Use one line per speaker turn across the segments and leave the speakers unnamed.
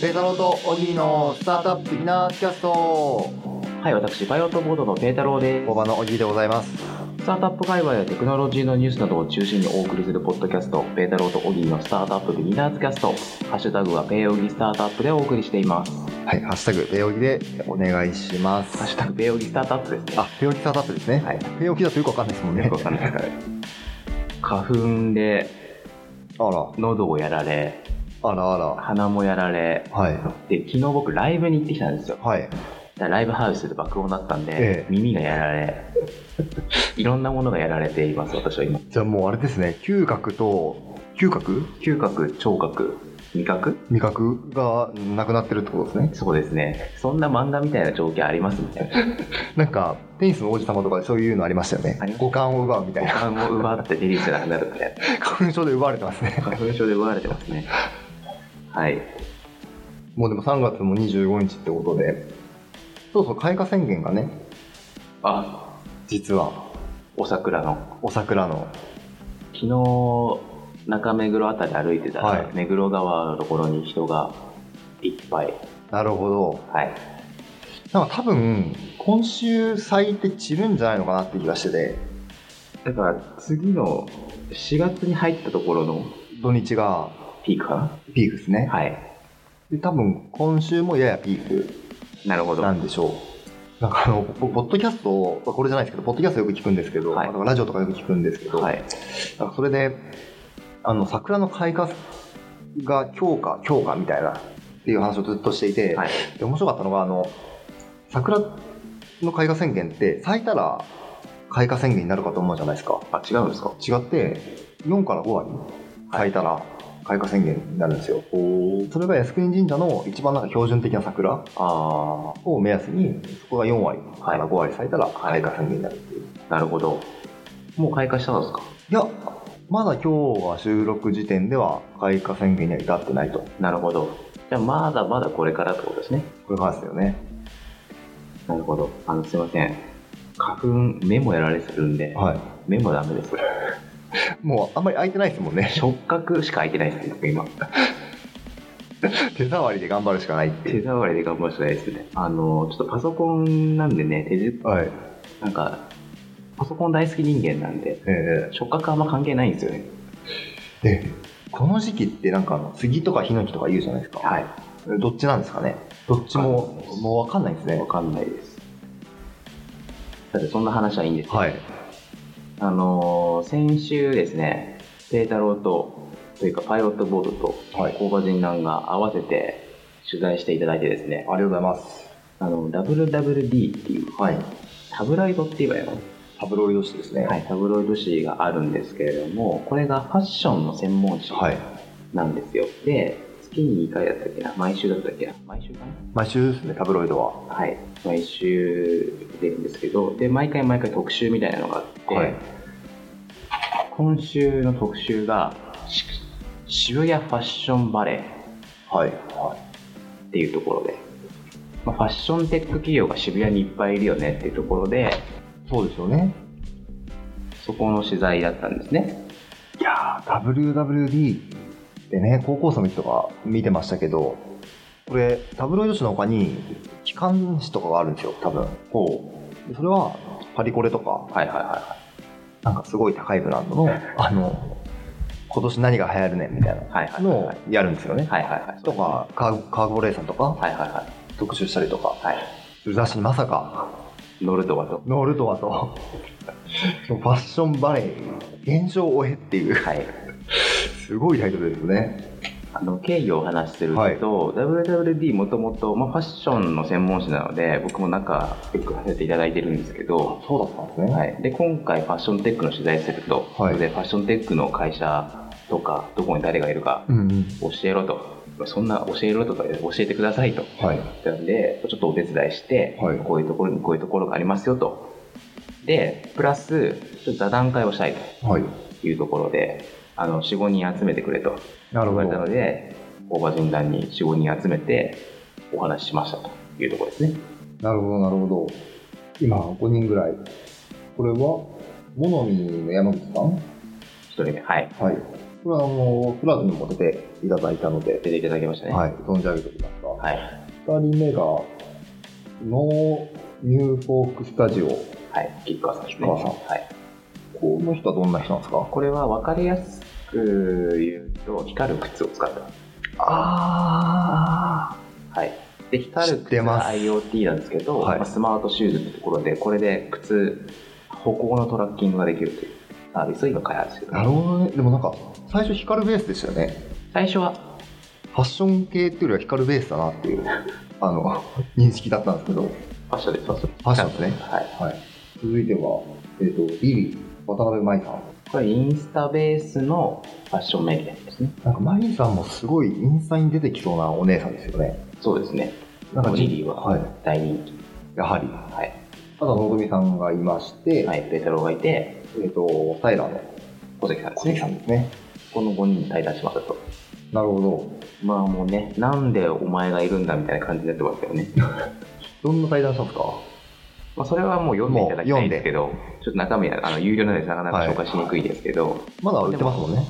ペータローとオギーのスタートアップビギナーズキャスト
はい、私、バイオットボードのペータローで
大場のオギーでございます
す。スタートアップ界隈やテクノロジーのニュースなどを中心にお送りするポッドキャスト、ペータローとオギーのスタートアップビギナーズキャスト、ハッシュタグはペーオギスタートアップでお送りしています。
はい、ハッシュタグペオギでお願いしま
ハッ
す
シュタグペーオギスタートアップですね。
あ、ペオギスタートアップですね、
はい。
ペオギだとよくわかんないですもんね
よくわかんない
はい
花粉で
あ
喉をやられ、
ら、あらあら
鼻もやられ、
はい
で、昨日僕ライブに行ってきたんですよ。
はい、
だからライブハウスで爆音だったんで、
ええ
耳がやられ、いろんなものがやられています、私は今。
じゃあもうあれですね嗅覚と嗅覚
嗅覚、聴覚、味覚
味覚がなくなってるってことですね
そうですね。そんな漫画みたいな状況ありますね。
なんかテニスの王子様とかでそういうのありましたよね
ありました
五感を奪うみたい な
あもう奪ってリリースなくなるみたい
花粉症で奪われてますね
な。花粉症で奪われてますね。はい。
もうでも3月も25日ってことでそうそう開花宣言がね
あ、
実は
お桜の。
お桜の
昨日、中目黒あたり歩いてたら、
はい
目黒川のところに人がいっぱい。
なるほど
はい。
なんか多分今週咲いて散るんじゃないのかなって気がしてて
だから次の4月に入ったところの
土日が
ピークか
ピークですね、
なはい。
で多分今週もややピーク
なるほど。
なんでしょうなんかあのポポッドキャストをまあこれじゃないですけどポッドキャストよく聞くんですけど、
はい
あとラジオとかよく聞くんですけど、
はい。
なんかそれであの桜の開花が強化強化みたいなっていう話をずっとしていて、
はい。
で面白かったのがあの桜の開花宣言って咲いたら開花宣言になるかと思うじゃないですか
あ、違うんですか
違って4から5割咲いたら開花宣言になるんですよ、それが靖国神社の一番なんか標準的な桜
あ
を目安にそこが4割から5割咲いたら開花宣言になるっていう、
あ、なるほど。もう開花したんですか
いやまだ今日は収録時点では開花宣言には至ってないと
なるほど。じゃあ、まだまだこれからってことですね。
こういう話ですよね
なるほど。あの、すいません。花粉、目もやられてるんで、
はい
目もダメです。
もうあんまり空いてないですもんね
触覚しか開いてないですね、僕今。
手触りで頑張るしかないってい
手
う
触りで頑張るしかないですね。あの、ちょっとパソコンなんでね、手じ、
はい
なんか、パソコン大好き人間なんで、
え
触覚あんま関係ないんですよね。
えでこの時期ってなんかあの杉とかヒノキとか言うじゃないですか、
はい。
どっちなんですかねどっちももう分かんないですね
わかんないです。さて、そんな話はいいんですけど
はい
あのー先週ですね、ペータローと、というかパイロットボードと、
はい
工場人南が合わせて取材していただいてですね、
ありがとうございます
あの、WWD っていう、
はい
タブロイドって言えばいいのか
タブロイド紙ですね
なはい、タブロイド誌があるんですけれども、これがファッションの専門誌
はい
なんですよ。で、月に2回だったっけな、毎週だったっけな、毎週か
毎週ですねタブロイドは
なはい、毎週出るんですけど、で、毎回毎回特集みたいなのがあって、
はい
今週の特集がし渋谷ファッションバレー
はい
っていうところで、まあ、ファッションテック企業が渋谷にいっぱいいるよねっていうところで
そうですよね
そこの取材だったんですね
いやー WWD ってね高校生の時とか見てましたけどこれタブロイド紙の他に機関紙とかがあるんですよ多分
ほ
でそれはパリコレとか
うはいはいはいは
なんかすごい高いブランドのあの今年何が流行るねんみたい
いはいは
ないの
は
をやるんですよね、
いはいはいはい
とかカーカーゴレーさんとか、
はいはいは
特集したりとか
いはい
雑誌にまさか
乗るとかと
乗るとはとファッションバレー現象を追えっていう
はい
すごいタイトルですね
あの経緯をお話しすると、
はい
WWD もともと、まあ、ファッションの専門誌なので僕も仲良くさせていただいてるんですけど
そうだったんですねは、
はいい、で今回ファッションテックの取材すると、
はい
でファッションテックの会社とかどこに誰がいるか
うんうん
教えろとそんな教えろとか教えてくださいと
はい
なんでちょっとお手伝いして、
はい
こういうところにこういうところがありますよとでプラスちょっと座談会をしたい
はい
というところであの45人集めてくれと
なる
言
ほ
わ
ど
れたので大場人団に45人集めてお話ししましたというところですね
なるほどなるほど今5人ぐらいこれはモノミーの山口さん
1人目はい
はいこれはあのプラズにも出ていただいたので、
出ていただきましたね。
はい、存じ上げておきますが、
はい。
2人目が、ノーニューフォークスタジオ。
はい。キッカーさんです
吉
ね。
川さん
はい。
この人はどんな人なんですか
これは分かりやすく言うと、光る靴を使ってます。
あ
はい。で、光る
知っ
靴
てま
は
す
IoT なんですけど、
はい
まあスマートシューズってところで、これで靴、歩行のトラッキングができるというサービスを今開発してる。
なるほどね。でもなんか、最初光ベースでしたよね。
最初は、
ファッション系っていうよりは光ベースだなって いう、あの、認識だったんですけど、フ
ファッションです、ファッション。
ァッションですね。
はい。
はい。続いては、えっ、と、リリー、渡辺舞さん。
これ、インスタベースのファッションメディアですね。
なんか、舞さんもすごいインスタに出てきそうなお姉さんですよね。
そうですね。
なんか、
リリーは
はい。
大人気。
やはり。
はい。
ただ、のぞみさんがいまして、
はい。ベテロがいて、
えっ、と、サイラーの
小関さんです
小関さん
ね。
ですね。
この5人に対談しますと。
なるほど。
まあもうね、なんでお前がいるんだみたいな感じになってますけどね。
どんな対談したんですか
まあそれはもう読んでいただきたいんですけど、ちょっと中身はあの有料なんでなかなか紹介しにくいですけど、
まだ売ってますもんね。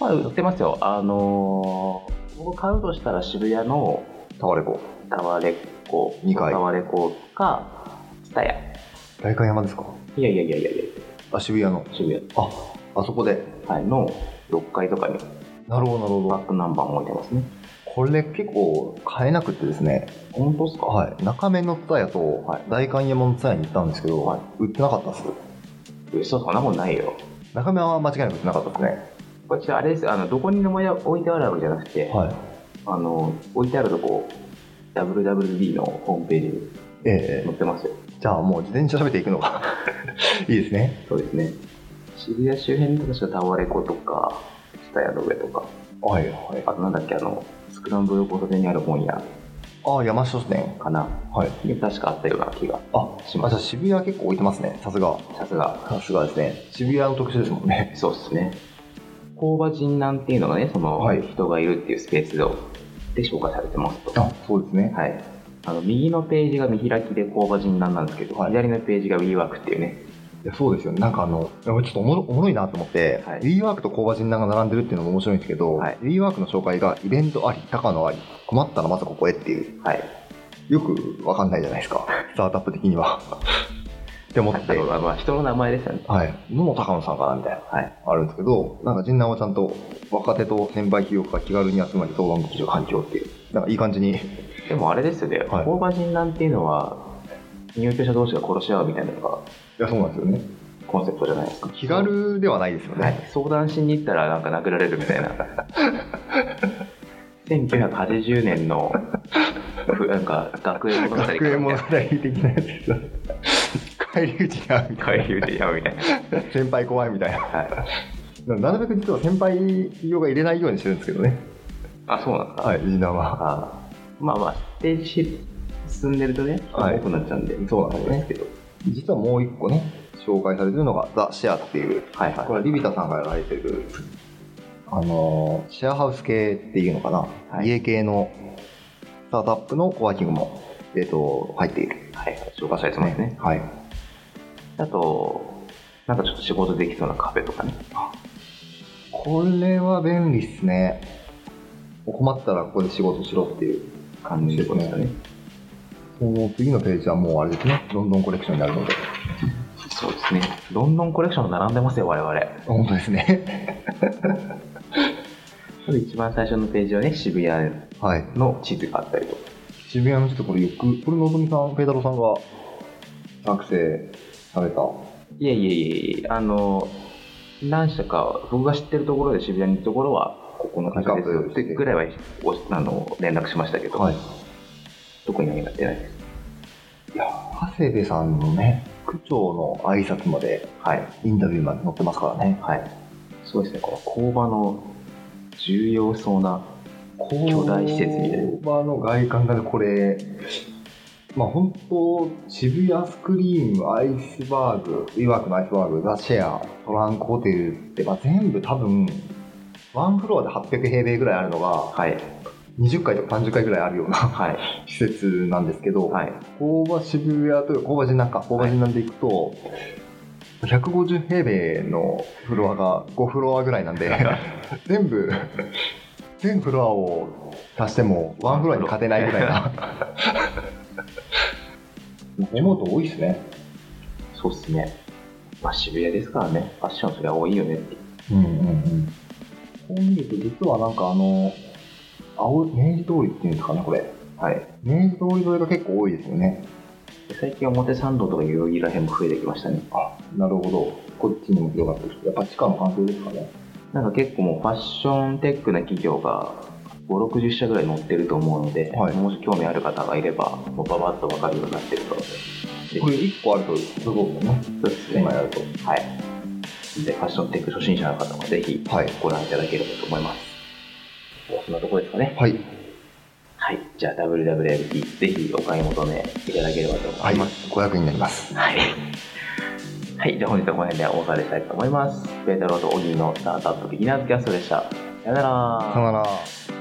まあ売ってますよ。あのー僕買うとしたら渋谷の
タワレコ。
タワレコ、
二階
タワレコか、スタヤ。
代官山ですか
いやいやいやいやいや、
あ、渋谷の。
渋谷、
あ、あそこで。
はい、の6階とかに
なるほど、なるほ
バ
ど。
ックナンバーも置いてますね。
これ結構買えなくってですね、
本当ですか
はい、中目の蔦屋と
はい
代官山の蔦屋に行ったんですけど、
はい
売ってなかったです。
嘘、そんなことないよ。
中目は間違いなく売ってなかったですね。
こちらあれです、あの、どこにでも置いてあるわけじゃなくて、
はい。
あの、置いてあるとこ、WWD のホームページに
ええ
載ってますよ。
じゃあもう自転車喋っていくのが いいですね。
そうですね。渋谷周辺とかしかタワレコとか、スタヤの上とか、
はいはい。
あとなんだっけ、あの、スクランブル交差点にある本屋
ああ、山下支店。
かな、
はい。
に確かあったような気が。
あ、
し
あ
ま
じゃ
す
あ渋谷結構置いてますね。さすが。
さすが。
さすがですね。渋谷の特集ですもんね。
そうですね。工場人なんていうのがね、その、
はい
人がいるっていうスペースをで紹介されてますと。
あ、そうですね。
はい。あの、右のページが見開きで工場人なんなんですけど、
はい
左のページが WeWork っていうね、
いやそうですよね。なんかあの、俺ちょっとおもろおもろいなと思って、
はい
WeWork と工場人談が並んでるっていうのも面白いんですけど、
はい
WeWork の紹介がイベントあり、高野あり、困ったらまずここへっていう、
はい。
よくわかんないじゃないです か。スタートアップ的には。 って思って、
あまあ、人の名前ですよね。
はい。どの高野さんかなみたいな、
はい。
あるんですけど、なんか人談はちゃんと若手と先輩企業家が気軽に集まり相談できる環境っていう、なんかいい感じに、
でもあれですよね、
はい
工場人なんていうのは、入居者同士が殺し合うみたいなのが
いや、そうなんですよね。
コンセプトじゃないですか。
気軽ではないですよ
は
ね。
い、相談しに行ったらなんか殴られるみたいな 1980年のふなんか学園物語
学園物語的なやつです。 帰り討ちに会うみたいな
回。遊でやうみたいな、
先輩怖いみたいな。
はい、
なるべく実は先輩企業が入れないようにしてるんですけどね。
あそうなんですか、
はい、ジンダは。
あまあまあステージ進んでるとね人
はい
多くなっちゃうんで、
そうなんですね
あれですけど
実はもう一個ね、紹介されてるのが、ザ・シェアっていう、
はいはい
これはリビタさんがやられてる、あのーシェアハウス系っていうのかな、
はい
家系のスタートアップのコワーキングも、えっ、と、入っている。
はい紹介されてますね
はい。
あとなんかちょっと仕事できそうなカフェとかね
これは便利っすね。困ったらここで仕事しろっていう。
感じですかね
その次のページはもうあれですね、ロンドンコレクションになるので。
そうですねロンドンコレクション並んでますよ我々
本当ですね。
一番最初のページはね渋谷
はい。
の地図があったりとか
渋谷のちょっとこれよくこれのぞみさんペイタローさんが作成された
いやいやいやいやあの何社か僕が知ってるところで渋谷に行くところはここの会社ですよってぐらいはおあの連絡しましたけど、
はい
特に何もやってないです
長谷部さんのね区長の挨拶まで
はい
インタビューまで載ってますからね
はいそうですねこの工場の重要そうな
巨
大施設みたいな
場の外観がねこれまあ本当渋谷スクリームアイスバーグウィワークのアイスバーグザ・シェアトランクホテルって、まあ、全部多分ワンフロアで800平米ぐらいあるのが
はい
20回とか30回ぐらいあるような
はい
施設なんですけど、
はい
工場渋谷というか工場人なんか工場人なんで行くと、150平米のフロアが5フロアぐらいなんで全部全フロアを足してもワンフロアに勝てないぐらい なエモート多いですね
そうっすね。まあ、渋谷ですからね、ファッションそりゃ多いよねって。
うんうんうんこう見ると実はなんかあの青明治通りっていうんですかねこれ
はい。
明治通り沿いが結構多いですよね
で最近表参道とか代々木ら辺も増えてきましたね。
あなるほどこっちにも広がってきてやっぱ地下の関係ですかね
なんか結構もうファッションテックな企業が5、60社ぐらい載ってると思うので、
はい
もし興味ある方がいれば、もうババッと分かるようになってると思う
これ1個あるとすごいよね
ので、そうです
今
ね。
やると
はい。で、ファッションテック初心者の方もぜひ
はい
ご覧いただければと思います。そんなとこですかね。
はい
はい。じゃあ WWLP、ぜひお買い求めいただければと思
はい
います。
500になります
はい。 はい。じゃあ本日はこの辺でお別れしたいと思います。ペータローとオギーのスタートアップビギナーズキャストでした。さよなら
さよなら